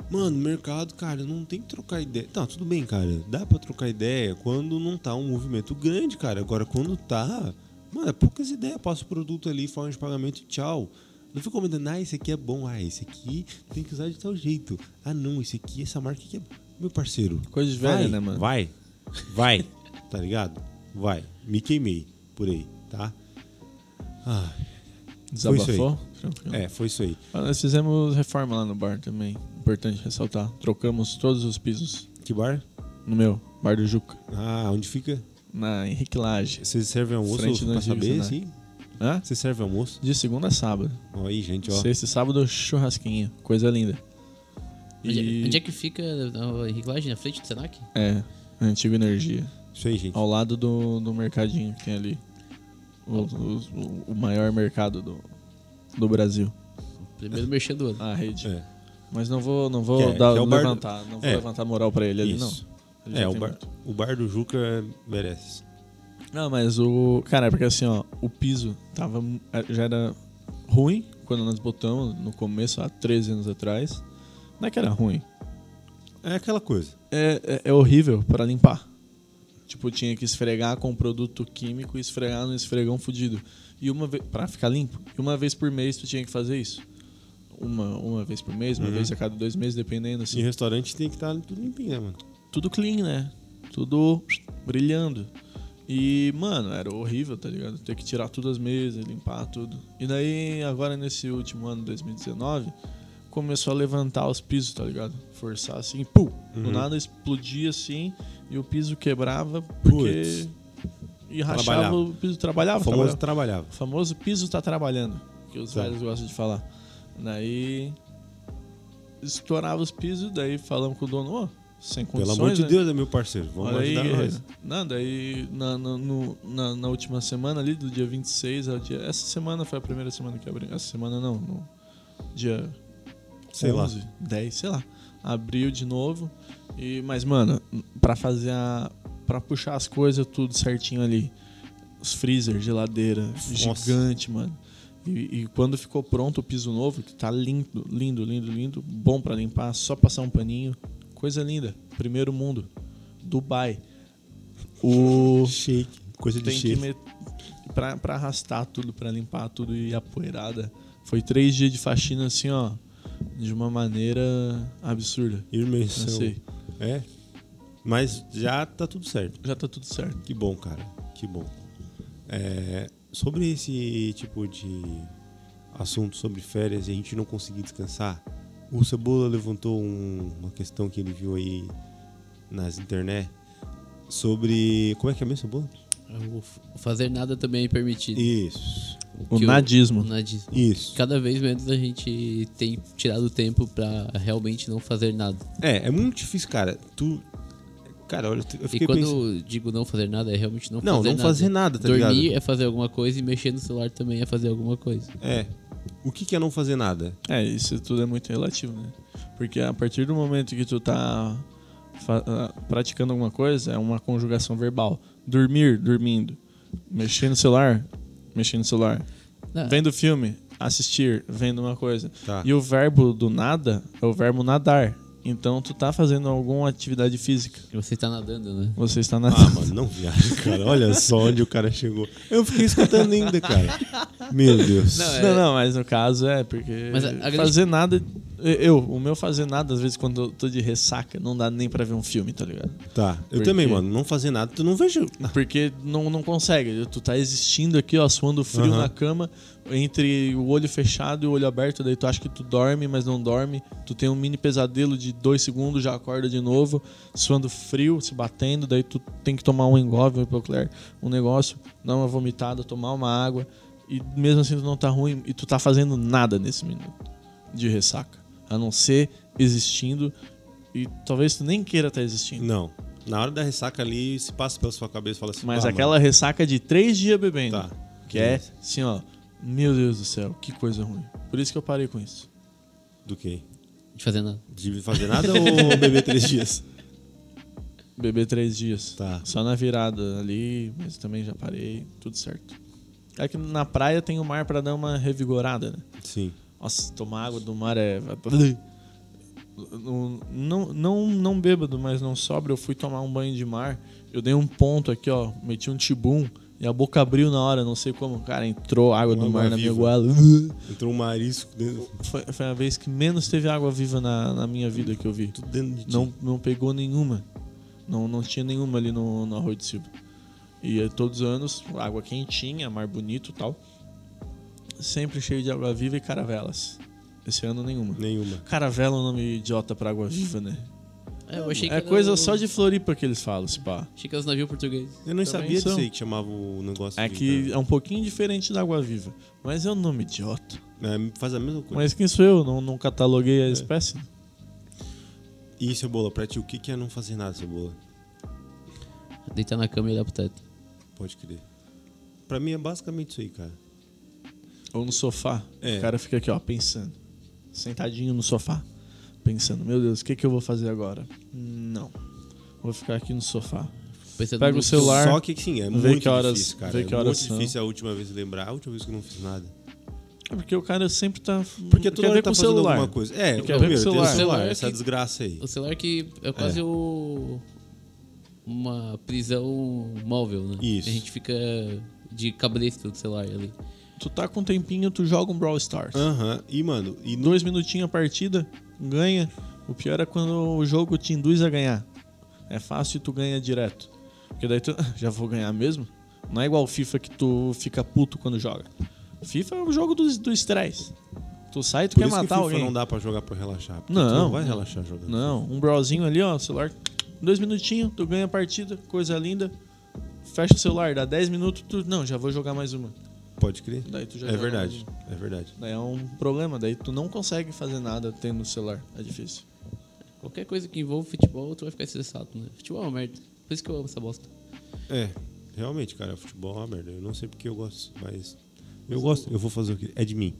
Speaker 1: Mano, mercado, cara, não tem que trocar ideia. Tá, tudo bem, cara. Dá pra trocar ideia quando não tá um movimento grande, cara. Agora, quando tá, mano, é poucas ideias. Passa o produto ali, forma de pagamento e tchau. Não fica comentando, ah, esse aqui é bom, ah, esse aqui tem que usar de tal jeito. Ah, não, esse aqui, essa marca aqui é. Meu parceiro.
Speaker 2: Coisa de velha,
Speaker 1: vai,
Speaker 2: né, mano?
Speaker 1: Vai. Vai. tá ligado? Vai. Me queimei por aí, tá? Ah,
Speaker 2: Desabafou? Tranquilo.
Speaker 1: é, foi isso aí.
Speaker 2: Ah, Nós fizemos reforma lá no bar também. Importante ressaltar. Trocamos todos os pisos.
Speaker 1: Que bar?
Speaker 2: No meu, bar do Juca.
Speaker 1: Ah, onde fica?
Speaker 2: Na Henrique Lage.
Speaker 1: Vocês servem almoço
Speaker 2: Frente do
Speaker 1: pra
Speaker 2: antigo
Speaker 1: saber,
Speaker 2: cenário.
Speaker 1: sim?
Speaker 2: Hã?
Speaker 1: Você serve almoço?
Speaker 2: De segunda a sábado.
Speaker 1: Ó, Aí, gente, ó.
Speaker 2: Sexta e sábado, churrasquinha. Coisa linda.
Speaker 3: Onde,
Speaker 2: E...
Speaker 3: onde é que fica a reciclagem? Na frente do Senac?
Speaker 2: É, antigo Energia.
Speaker 1: Isso aí, gente.
Speaker 2: Ao lado do, do mercadinho que tem ali. O, o- o maior mercado do, do Brasil.
Speaker 3: Primeiro merchan do ano.
Speaker 2: A rede.
Speaker 1: É.
Speaker 2: Mas não vou, não vou
Speaker 1: Que é-
Speaker 2: dar,
Speaker 1: que é o bar do-
Speaker 2: levantar, não vou
Speaker 1: É.
Speaker 2: levantar moral pra ele ali,
Speaker 1: Isso.
Speaker 2: não. Ele já
Speaker 1: É, o
Speaker 2: tem
Speaker 1: bar,
Speaker 2: muito.
Speaker 1: o bar do Juca merece.
Speaker 2: é Não, mas o. Cara, é porque assim, ó, o piso tava. mu- já era ruim, quando nós botamos no começo, há 13 anos atrás, não é que era ruim.
Speaker 1: É aquela coisa.
Speaker 2: É, é, é horrível para limpar. Tipo, tinha que esfregar com produto químico e esfregar no esfregão fudido. E uma vez. Pra ficar limpo. E uma vez por mês tu tinha que fazer isso. Uma, uma vez por mês, uma vez a cada dois meses, dependendo, assim.
Speaker 1: E restaurante tem que estar tudo limpinho, né, mano?
Speaker 2: tudo clean, né? Tudo brilhando. E, mano, era horrível, tá ligado? Ter que tirar tudo as mesas, limpar tudo. E daí, agora nesse último ano, 2019, começou a levantar os pisos, tá ligado? Forçar assim, pum!
Speaker 1: Uhum.
Speaker 2: Do nada explodia assim e o piso quebrava porque.
Speaker 1: Putz.
Speaker 2: E rachava,
Speaker 1: Trabalhava.
Speaker 2: o piso trabalhava,
Speaker 1: O famoso
Speaker 2: trabalhava.
Speaker 1: trabalhava.
Speaker 2: O famoso piso tá trabalhando, que os
Speaker 1: Tá.
Speaker 2: velhos gostam de falar. Daí estourava os pisos, daí falamos com o dono, ó, sem
Speaker 1: Pelo
Speaker 2: condições,
Speaker 1: amor de
Speaker 2: né?
Speaker 1: Deus, é meu parceiro. Vamos
Speaker 2: Olha aí,
Speaker 1: ajudar nós.
Speaker 2: Não, daí na, na, no- na, na última semana ali, do dia 26 ao dia... Essa semana foi a primeira semana que abriu. Essa semana não, no dia
Speaker 1: Sei lá.
Speaker 2: 11, 10, sei lá. Abriu de novo. E, mas, mano, pra fazer a... Pra puxar as coisas tudo certinho ali. Os freezer, geladeira, gigante, mano. E, e quando ficou pronto o piso novo, que tá lindo, lindo, lindo, lindo, bom pra limpar, só passar um paninho. Coisa linda. Primeiro mundo. Dubai. O
Speaker 1: Shake. Coisa de
Speaker 2: tem que
Speaker 1: shake.
Speaker 2: met... pra, pra arrastar tudo, pra limpar tudo e a poeirada. Foi três dias de faxina assim, ó. De uma maneira absurda.
Speaker 1: Irmensão.
Speaker 2: Não sei.
Speaker 1: É. Mas já tá tudo certo.
Speaker 2: Já tá tudo certo.
Speaker 1: Que bom, cara. Que bom. É, sobre esse tipo de assunto sobre férias e a gente não conseguir descansar, o Cebola levantou um- uma questão que ele viu aí nas internet sobre. Como é que é mesmo, Cebola?
Speaker 3: O f- o fazer nada também é permitido.
Speaker 1: Isso.
Speaker 2: O
Speaker 3: Que
Speaker 2: nadismo.
Speaker 3: o nadismo.
Speaker 1: Isso.
Speaker 3: Cada vez menos a gente tem tirado tempo pra realmente não fazer nada.
Speaker 1: É, é muito difícil, cara. Tu. Cara, olha, eu fiquei
Speaker 3: E quando
Speaker 1: pensando.
Speaker 3: eu digo não fazer nada, é realmente não,
Speaker 1: Não,
Speaker 3: fazer
Speaker 1: não
Speaker 3: nada.
Speaker 1: fazer nada, tá
Speaker 3: Dormir
Speaker 1: ligado?
Speaker 3: é fazer alguma coisa e mexer no celular também é fazer alguma coisa.
Speaker 1: É. O que que é não fazer nada?
Speaker 2: É, isso tudo é muito relativo, né? Porque a partir do momento que tu tá fa- ah, praticando alguma coisa, é uma conjugação verbal. Dormir, dormindo. Mexer no celular, mexer no celular.
Speaker 3: Não,
Speaker 2: Vendo filme, assistir, vendo uma coisa.
Speaker 1: Tá.
Speaker 2: E o verbo do nada é o verbo nadar. Então tu tá fazendo alguma atividade física.
Speaker 3: Você tá nadando, né?
Speaker 2: Você está
Speaker 1: Ah,
Speaker 2: nadando.
Speaker 1: mano, não viaja, cara. Olha só onde o cara chegou. Eu fiquei escutando ainda, cara. Meu Deus.
Speaker 3: Não, é-
Speaker 2: Não, não, mas no caso é, porque
Speaker 3: Mas a- a grande-
Speaker 2: fazer nada. Eu, o meu fazer nada, às vezes, quando eu tô de ressaca, não dá nem pra ver um filme, tá ligado?
Speaker 1: Tá, eu
Speaker 2: Por
Speaker 1: também,
Speaker 2: quê?
Speaker 1: mano. Não fazer nada, tu não vejo.
Speaker 2: Porque não, não consegue. Tu tá existindo aqui, ó, suando frio
Speaker 1: Aham.
Speaker 2: na cama, entre o olho fechado e o olho aberto, daí tu acha que tu dorme, mas não dorme. Tu tem um mini pesadelo de dois segundos, já acorda de novo, suando frio, se batendo, daí tu tem que tomar um engove, um hipocler, um negócio, dar uma vomitada, tomar uma água. E mesmo assim tu não tá ruim e tu tá fazendo nada nesse minuto de ressaca. A não ser existindo. E talvez tu nem queira estar existindo.
Speaker 1: Não. Na hora da ressaca ali, se passa pela sua cabeça e fala assim.
Speaker 2: Mas
Speaker 1: "Ah,
Speaker 2: aquela ressaca de três dias bebendo.
Speaker 1: Tá.
Speaker 2: Que é assim, ó. Meu Deus do céu, que coisa ruim. Por isso que eu parei com isso. é?
Speaker 1: Mano, do quê?
Speaker 3: De fazer nada.
Speaker 1: De fazer nada ou beber três dias?
Speaker 2: Beber três dias.
Speaker 1: Tá.
Speaker 2: Só na virada ali, mas também já parei, tudo certo. É que na praia tem o mar pra dar uma revigorada, né?
Speaker 1: Sim.
Speaker 2: Nossa, tomar água do mar é. Não, não, não, não bêbado, mas não sobra. Eu fui tomar um banho de mar. Eu dei um ponto aqui, ó. Meti um tibum e a boca abriu na hora, não sei como. Cara, entrou água
Speaker 1: Uma
Speaker 2: do mar
Speaker 1: água
Speaker 2: na minha
Speaker 1: viva.
Speaker 2: goela.
Speaker 1: Entrou um marisco dentro,
Speaker 2: Foi, foi a vez que menos teve água viva na, na minha vida que eu vi.
Speaker 1: tudo dentro de ti.
Speaker 2: Não, não pegou nenhuma. Não, não tinha nenhuma ali no, no Arroio de Silva. E eh, todos os anos, água quentinha, mar bonito e tal. Sempre cheio de água viva e caravelas. Esse ano nenhuma.
Speaker 1: Nenhuma.
Speaker 2: Caravela é um nome idiota pra água viva, né?
Speaker 3: É, eu achei que
Speaker 2: É
Speaker 3: era
Speaker 2: coisa
Speaker 3: o-
Speaker 2: só de Floripa que eles falam, se pá.
Speaker 3: Achei que era os navios portugueses.
Speaker 1: Eu não
Speaker 2: Também
Speaker 1: sabia
Speaker 2: são.
Speaker 1: disso aí que chamava o negócio.
Speaker 2: É
Speaker 1: de-
Speaker 2: que é um pouquinho diferente da água viva. Mas é um nome idiota.
Speaker 1: É, faz a mesma coisa. É.
Speaker 2: Mas quem sou eu? Não, não cataloguei a espécie?
Speaker 1: E cebola, pra ti, o que que é não fazer nada, cebola?
Speaker 3: Deitar na cama e olhar pro teto.
Speaker 1: Pode crer. Pra mim é basicamente isso aí, cara.
Speaker 2: Ou no sofá.
Speaker 1: É.
Speaker 2: O cara fica aqui, ó, pensando. Sentadinho no sofá. Pensando, meu Deus, o que, que eu vou fazer agora? Não. Vou ficar aqui no sofá.
Speaker 3: Pensando
Speaker 2: Pega
Speaker 3: no-
Speaker 2: o celular.
Speaker 1: Só que sim, é
Speaker 2: Vê
Speaker 1: muito
Speaker 2: que horas-
Speaker 1: difícil, cara.
Speaker 2: vê que
Speaker 1: é
Speaker 2: horas
Speaker 1: muito
Speaker 2: são.
Speaker 1: difícil a última vez lembrar, a última vez que eu não fiz nada.
Speaker 2: É porque o cara sempre tá.
Speaker 1: Porque
Speaker 2: quer
Speaker 1: toda hora
Speaker 2: ver
Speaker 1: tá
Speaker 2: com o
Speaker 1: fazendo
Speaker 2: celular.
Speaker 1: alguma coisa. É,
Speaker 2: Quer ver com o
Speaker 1: primeiro, tem o
Speaker 2: celular.
Speaker 1: celular,
Speaker 3: Celular
Speaker 1: essa
Speaker 3: que-
Speaker 1: desgraça aí.
Speaker 3: O celular que é quase o. Uma prisão móvel, né?
Speaker 1: Isso.
Speaker 3: A gente fica de cabresto do celular ali.
Speaker 2: Tu tá com um tempinho, tu joga um Brawl Stars.
Speaker 1: Aham, e mano, e no...
Speaker 2: Dois minutinhos a partida, ganha. O pior é quando o jogo te induz a ganhar. É fácil e tu ganha direto. Porque daí tu. Já vou ganhar mesmo? Não é igual FIFA que tu fica puto quando joga. FIFA é o jogo do, do estresse. Tu sai e tu
Speaker 1: por
Speaker 2: quer
Speaker 1: isso que
Speaker 2: matar
Speaker 1: FIFA
Speaker 2: alguém.
Speaker 1: não dá pra jogar pra relaxar. porque
Speaker 2: Não.
Speaker 1: tu não vai relaxar jogando.
Speaker 2: Não, um brawlzinho ali, ó, celular. Dois minutinhos, tu ganha a partida, coisa linda. Fecha o celular, dá 10 minutos, tu. Não, já vou jogar mais uma.
Speaker 1: Pode crer?
Speaker 2: Daí tu já
Speaker 1: É
Speaker 2: joga
Speaker 1: verdade,
Speaker 2: mais uma.
Speaker 1: é verdade.
Speaker 2: Daí é um problema, daí tu não consegue fazer nada tendo o celular. É difícil.
Speaker 3: Qualquer coisa que envolva futebol, tu vai ficar estressado, né? Futebol é uma merda. Por isso que eu amo essa bosta.
Speaker 1: É, realmente, cara, futebol é uma merda. Eu não sei porque eu gosto, mas. Eu gosto, eu vou fazer o que? É de mim.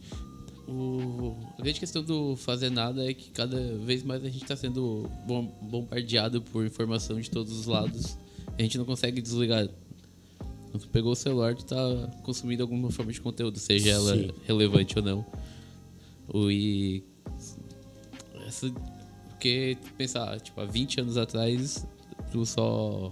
Speaker 3: O... A grande questão do fazer nada é que cada vez mais a gente está sendo bom- bombardeado por informação de todos os lados. A gente não consegue desligar. Então, tu pegou o celular, tu tá consumindo alguma forma de conteúdo, seja ela
Speaker 1: Sim.
Speaker 3: relevante ou não. O e essa porque tu pensar, tipo, há 20 anos atrás tu só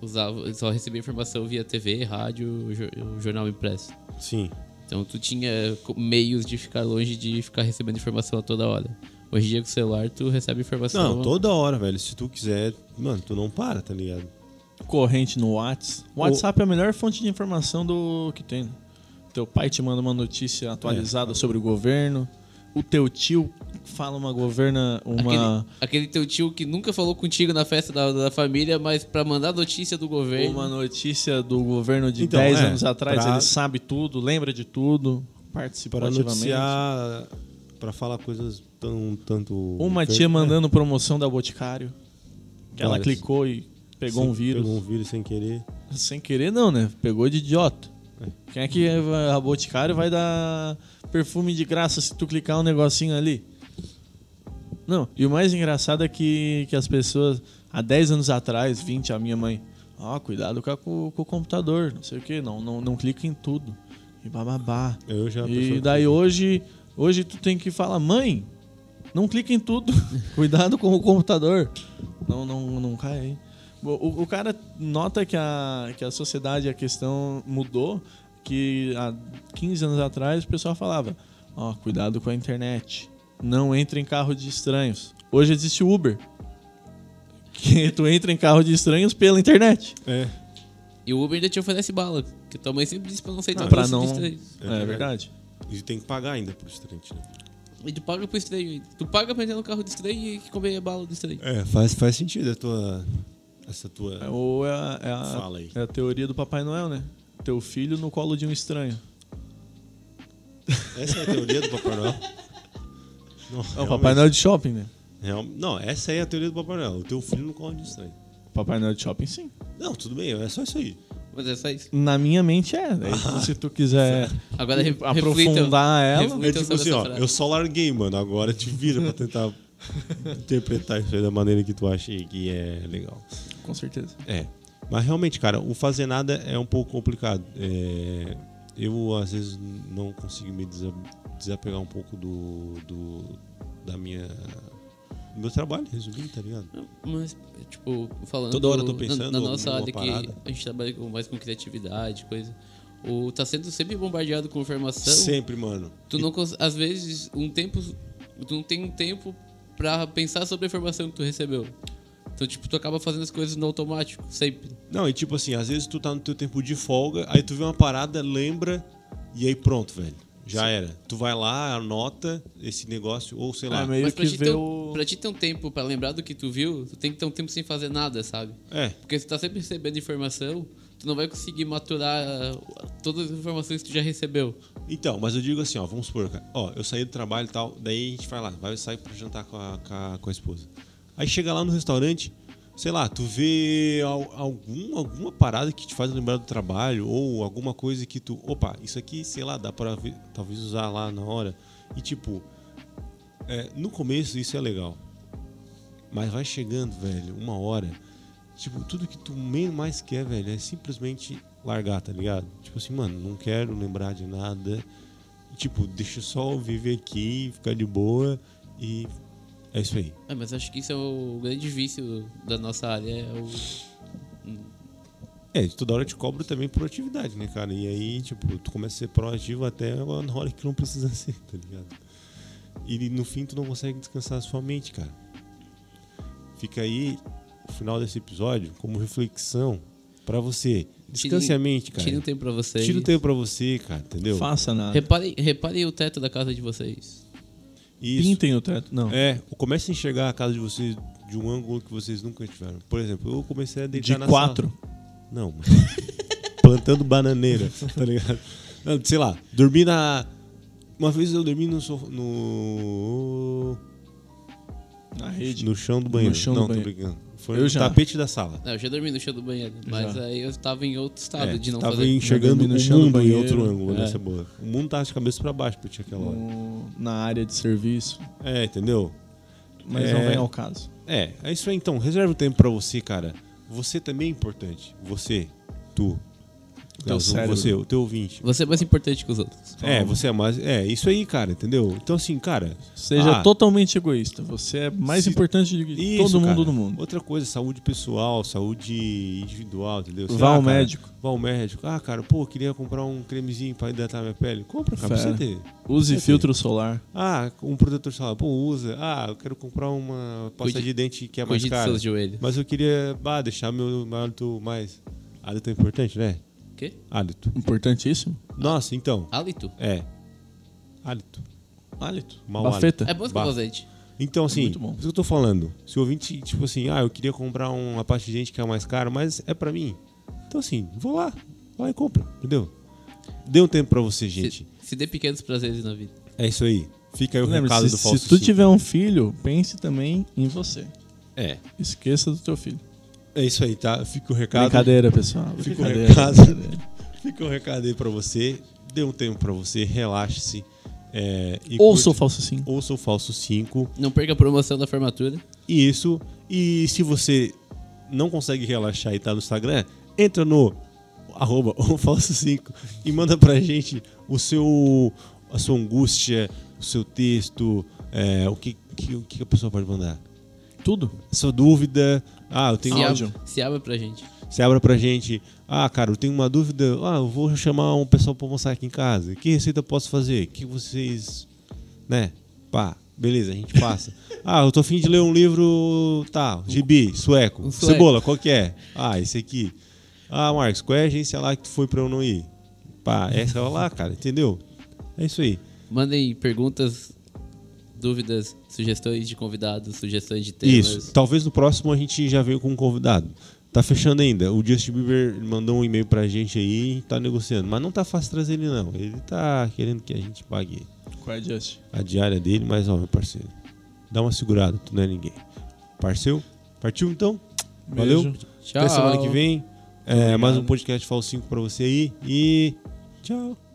Speaker 3: usava, só recebia informação via TV, rádio, jo- jornal impresso.
Speaker 1: Sim.
Speaker 3: Então tu tinha co- meios de ficar longe de ficar recebendo informação a toda hora. Hoje em dia com o celular tu recebe informação.
Speaker 1: Não, toda hora, velho. Se tu quiser, mano, tu não para, tá ligado?
Speaker 2: Corrente no WhatsApp. O WhatsApp é a melhor fonte de informação do que tem. Teu pai te manda uma notícia
Speaker 1: É.
Speaker 2: atualizada sobre o governo. O teu tio fala uma governa, uma,
Speaker 3: Aquele, aquele teu tio que nunca falou contigo na festa da, da família, mas pra mandar notícia do governo.
Speaker 2: uma notícia do governo de
Speaker 1: Então,
Speaker 2: 10
Speaker 1: é,
Speaker 2: anos atrás.
Speaker 1: pra-
Speaker 2: Ele sabe tudo, lembra de tudo,
Speaker 1: Pra
Speaker 2: participativamente.
Speaker 1: noticiar, pra falar coisas tão tanto.
Speaker 2: Uma
Speaker 1: fe-
Speaker 2: tia mandando promoção da Boticário. Que ela
Speaker 1: Várias.
Speaker 2: clicou e pegou
Speaker 1: Sim,
Speaker 2: um vírus.
Speaker 1: Pegou um vírus sem querer.
Speaker 2: Sem querer não, né? Pegou de idiota. Quem é que a Boticário vai dar perfume de graça se tu clicar um negocinho ali? Não, e o mais engraçado é que, que as pessoas, há 10 anos atrás, 20, a minha mãe, ó, cuidado com, a- com- com o computador, não sei o que, não, não, não clica em tudo. E bababá.
Speaker 1: Eu já
Speaker 2: E daí hoje, hoje tu tem que falar, mãe, não clica em tudo. Cuidado com o computador. Não, não, não cai aí. Bom, O, o cara nota que a, que a sociedade, a questão mudou, que há 15 anos atrás o pessoal falava, ó, cuidado com a internet. Não entre em carro de estranhos. Hoje existe o Uber. Que tu entra em carro de estranhos pela internet.
Speaker 1: É,
Speaker 3: E o Uber ainda te oferece bala. Que tua mãe sempre disse pra não aceitar
Speaker 2: Ah, pra
Speaker 3: doce de
Speaker 2: não-
Speaker 3: estranho.
Speaker 1: É
Speaker 2: É,
Speaker 1: verdade.
Speaker 2: verdade.
Speaker 1: e tem que pagar ainda pro estudante, né?
Speaker 3: E tu paga pro estranho. ainda. Tu paga pra entrar no carro do estranho e comer a bala do estranho.
Speaker 1: É, faz, faz sentido a tua. Essa tua.
Speaker 2: É, ou é a- é a
Speaker 1: Fala aí.
Speaker 2: É a teoria do Papai Noel, né? Teu filho no colo de um estranho.
Speaker 1: Essa é a teoria do Papai Noel. Não,
Speaker 2: É o
Speaker 1: realmente.
Speaker 2: Papai Noel de shopping, né?
Speaker 1: Real- Não, essa aí é a teoria do Papai Noel. O teu filho não corre de estranho.
Speaker 2: Papai Noel de shopping, sim.
Speaker 1: Não, tudo bem, é só isso aí.
Speaker 3: Mas é só isso.
Speaker 2: Na minha mente é. Daí,
Speaker 1: Ah.
Speaker 2: Se tu quiser
Speaker 3: Agora re- reflitam.
Speaker 2: aprofundar ela.
Speaker 3: reflitam
Speaker 1: É tipo
Speaker 3: sobre
Speaker 1: assim,
Speaker 3: essa
Speaker 1: ó,
Speaker 3: frase.
Speaker 1: eu só larguei, mano. Agora te vira pra tentar interpretar isso aí da maneira que tu acha que é legal.
Speaker 2: Com certeza.
Speaker 1: É. Mas realmente, cara, o fazer nada é um pouco complicado. É, eu, às vezes, não consigo me desa- desapegar um pouco do, do- da minha. do meu trabalho, resumindo, tá ligado?
Speaker 3: Mas, tipo, falando.
Speaker 1: Toda hora eu tô
Speaker 3: na-
Speaker 1: pensando
Speaker 3: Na,
Speaker 1: alguma
Speaker 3: nossa área
Speaker 1: parada.
Speaker 3: que a gente trabalha com- mais com criatividade, coisa. O, tá sendo sempre bombardeado com informação.
Speaker 1: Sempre, mano.
Speaker 3: Então, Tu não cons- Às vezes, um tempo. Tu não tem um tempo pra pensar sobre a informação que tu recebeu. Então, tipo, tu acaba fazendo as coisas no automático, sempre.
Speaker 1: Não, e tipo assim, às vezes tu tá no teu tempo de folga, aí tu vê uma parada, lembra, e aí pronto, velho. Já era. Tu vai lá, anota esse negócio, ou sei lá.
Speaker 2: É meio
Speaker 3: Ah, Mas pra
Speaker 2: que
Speaker 3: te,
Speaker 2: ver
Speaker 3: ter, um-
Speaker 2: o.
Speaker 3: pra te ter um tempo pra lembrar do que tu viu, tu tem que ter um tempo sem fazer nada, sabe?
Speaker 1: É,
Speaker 3: Porque se tu tá sempre recebendo informação, tu não vai conseguir maturar ah, todas as informações que tu já recebeu.
Speaker 1: Então, mas eu digo assim, ó, vamos supor, cara, ó, eu saí do trabalho e tal, daí a gente vai lá, vai sair pra jantar com a, com a, com a esposa. Aí chega lá no restaurante, sei lá, tu vê al- algum, alguma parada que te faz lembrar do trabalho, ou alguma coisa que tu. Opa, isso aqui, sei lá, dá pra ver- talvez usar lá na hora. E tipo, é, no começo isso é legal. Mas vai chegando, velho, uma hora. Tipo, tudo que tu menos mais quer, velho, é simplesmente largar, tá ligado? Tipo assim, mano, não quero lembrar de nada. tipo, deixa eu só viver aqui, ficar de boa e é isso aí.
Speaker 3: É, mas acho que isso é o grande vício da nossa área. É o...
Speaker 1: É, toda hora eu te cobro também por atividade, né, cara? E aí, tipo, tu começa a ser proativo até na hora que não precisa ser, tá ligado? E no fim tu não consegue descansar a sua mente, cara. Fica aí o final desse episódio como reflexão pra você. Descanse
Speaker 3: Tire-
Speaker 1: a mente, cara.
Speaker 3: Tira um tempo pra vocês.
Speaker 1: Tira o tempo pra você, cara, entendeu?
Speaker 2: Faça nada.
Speaker 3: Reparem, reparem o teto da casa de vocês.
Speaker 1: Isso.
Speaker 2: Pintem o teto. Não.
Speaker 1: É, comece a enxergar a casa de vocês de um ângulo que vocês nunca tiveram. Por exemplo, eu comecei a deitar
Speaker 2: de
Speaker 1: na
Speaker 2: quatro.
Speaker 1: sala. Não, mano. plantando bananeira, tá ligado? Não, sei lá, dormi na. Uma vez eu dormi no, sof- no...
Speaker 2: Na rede.
Speaker 1: no chão do banheiro.
Speaker 2: No chão
Speaker 1: não,
Speaker 2: do
Speaker 1: tô
Speaker 2: banheiro.
Speaker 1: brincando. Foi
Speaker 2: Eu
Speaker 1: no
Speaker 2: já.
Speaker 1: tapete da sala.
Speaker 3: Não, eu já dormi no chão do banheiro, mas
Speaker 2: Já.
Speaker 3: aí eu tava em outro estado
Speaker 1: É,
Speaker 3: de não
Speaker 1: tava
Speaker 3: fazer.
Speaker 1: enxergando
Speaker 2: dormi no
Speaker 1: o
Speaker 2: chão do
Speaker 1: mundo em
Speaker 2: banheiro.
Speaker 1: outro ângulo
Speaker 2: É. Hum.
Speaker 1: nessa boa. O mundo tava de cabeça pra baixo pra ti aquela hora.
Speaker 2: No- na área de serviço.
Speaker 1: É, entendeu?
Speaker 2: Mas
Speaker 1: É.
Speaker 2: não vem ao caso.
Speaker 1: É, é isso aí então. Reserve o tempo pra você, cara. Você também é importante. Você, tu.
Speaker 2: Teu
Speaker 1: Nelson,
Speaker 2: cérebro. Tá
Speaker 1: você, o teu ouvinte.
Speaker 3: Você é mais importante que os outros.
Speaker 1: É, você é mais. É, isso aí, cara, entendeu? Então, assim, cara.
Speaker 2: Seja
Speaker 1: ah,
Speaker 2: totalmente egoísta. Você é mais
Speaker 1: Se-
Speaker 2: importante do que
Speaker 1: isso,
Speaker 2: todo mundo
Speaker 1: cara.
Speaker 2: do mundo.
Speaker 1: Outra coisa, saúde pessoal, saúde individual, entendeu? Sei
Speaker 2: Vá
Speaker 1: lá,
Speaker 2: ao
Speaker 1: cara,
Speaker 2: médico.
Speaker 1: Vá ao médico. Ah, cara, pô, queria comprar um cremezinho pra hidratar minha pele. Compra, cara, pra
Speaker 2: Fera.
Speaker 1: você ter.
Speaker 2: Use
Speaker 1: Assim.
Speaker 2: filtro solar.
Speaker 1: Ah, um protetor solar. Pô, usa. Ah, eu quero comprar uma pasta
Speaker 3: Cuide-
Speaker 1: de dente que é mais
Speaker 3: Cuide dos
Speaker 1: cara.
Speaker 3: seus joelhos.
Speaker 1: Mas eu queria bah, deixar meu meu hálito mais. Hálito é importante, né?
Speaker 3: O quê?
Speaker 1: Hálito.
Speaker 2: Importantíssimo.
Speaker 1: Nossa, então.
Speaker 3: Hálito?
Speaker 1: É. Hálito.
Speaker 2: Hálito.
Speaker 1: Mau
Speaker 2: Bafeta.
Speaker 3: É bom
Speaker 1: Bah.
Speaker 3: escovar os dentes.
Speaker 1: Então, assim,
Speaker 2: muito bom.
Speaker 1: isso que eu tô falando. Se o ouvinte, tipo assim, ah, eu queria comprar uma parte de gente que é mais caro, mas é pra mim. Então, assim, vou lá. Vai e compra, entendeu? Dê um tempo pra você, gente.
Speaker 3: Se, se dê pequenos prazeres na vida.
Speaker 1: É isso aí. Fica aí o recado
Speaker 2: Lembre-se,
Speaker 1: do
Speaker 2: se,
Speaker 1: falso
Speaker 2: se tu
Speaker 1: cinco.
Speaker 2: tiver um filho, pense também em você.
Speaker 1: É.
Speaker 2: Esqueça do teu filho.
Speaker 1: É isso aí, tá? Fica o recado.
Speaker 2: Brincadeira, pessoal.
Speaker 1: Fica o
Speaker 2: Brincadeira,
Speaker 1: recado.
Speaker 2: brincadeira.
Speaker 1: Fica o recado aí pra você. Dê um tempo pra você, relaxe-se. É, e
Speaker 2: Ouça o
Speaker 1: curte-
Speaker 2: falso sim.
Speaker 1: ouça o Falso 5.
Speaker 3: Não perca a promoção da formatura.
Speaker 1: E isso. E se você não consegue relaxar e tá no Instagram, entra no arroba o falso 5 e manda pra gente o seu a sua angústia, o seu texto, é, o que, que, o que a pessoa pode mandar.
Speaker 2: Tudo.
Speaker 1: Sua dúvida. Ah, eu tenho
Speaker 3: Se,
Speaker 2: Áudio.
Speaker 3: ab- se abra pra gente.
Speaker 1: você abre pra gente. Ah, cara, eu tenho uma dúvida. Ah, eu vou chamar um pessoal pra almoçar aqui em casa. Que receita eu posso fazer? Que vocês. Né? Pá, beleza, a gente passa. ah, eu tô afim de ler um livro. Tá, gibi, sueco.
Speaker 3: Um sueco.
Speaker 1: Cebola, qual que é? Ah, esse aqui. Ah, Marcos, qual é a agência lá que tu foi pra eu não ir? Pá, essa lá, cara, entendeu? É isso aí.
Speaker 3: Mandem perguntas, dúvidas, sugestões de convidados, sugestões de temas.
Speaker 1: Isso. Talvez no próximo a gente já veio com um convidado. Tá fechando ainda. O Justin Bieber mandou um e-mail pra gente aí, tá negociando. Mas não tá fácil trazer ele, não. Ele tá querendo que a gente pague
Speaker 2: Qual é, Just?
Speaker 1: a diária dele, mas ó, meu parceiro. Dá uma segurada, tu não é ninguém. Parceu? Partiu então? Valeu.
Speaker 2: Beijo.
Speaker 3: Tchau.
Speaker 1: Até semana que vem. É, mais um
Speaker 2: Obrigado.
Speaker 1: podcast Falsinho pra você aí. E tchau.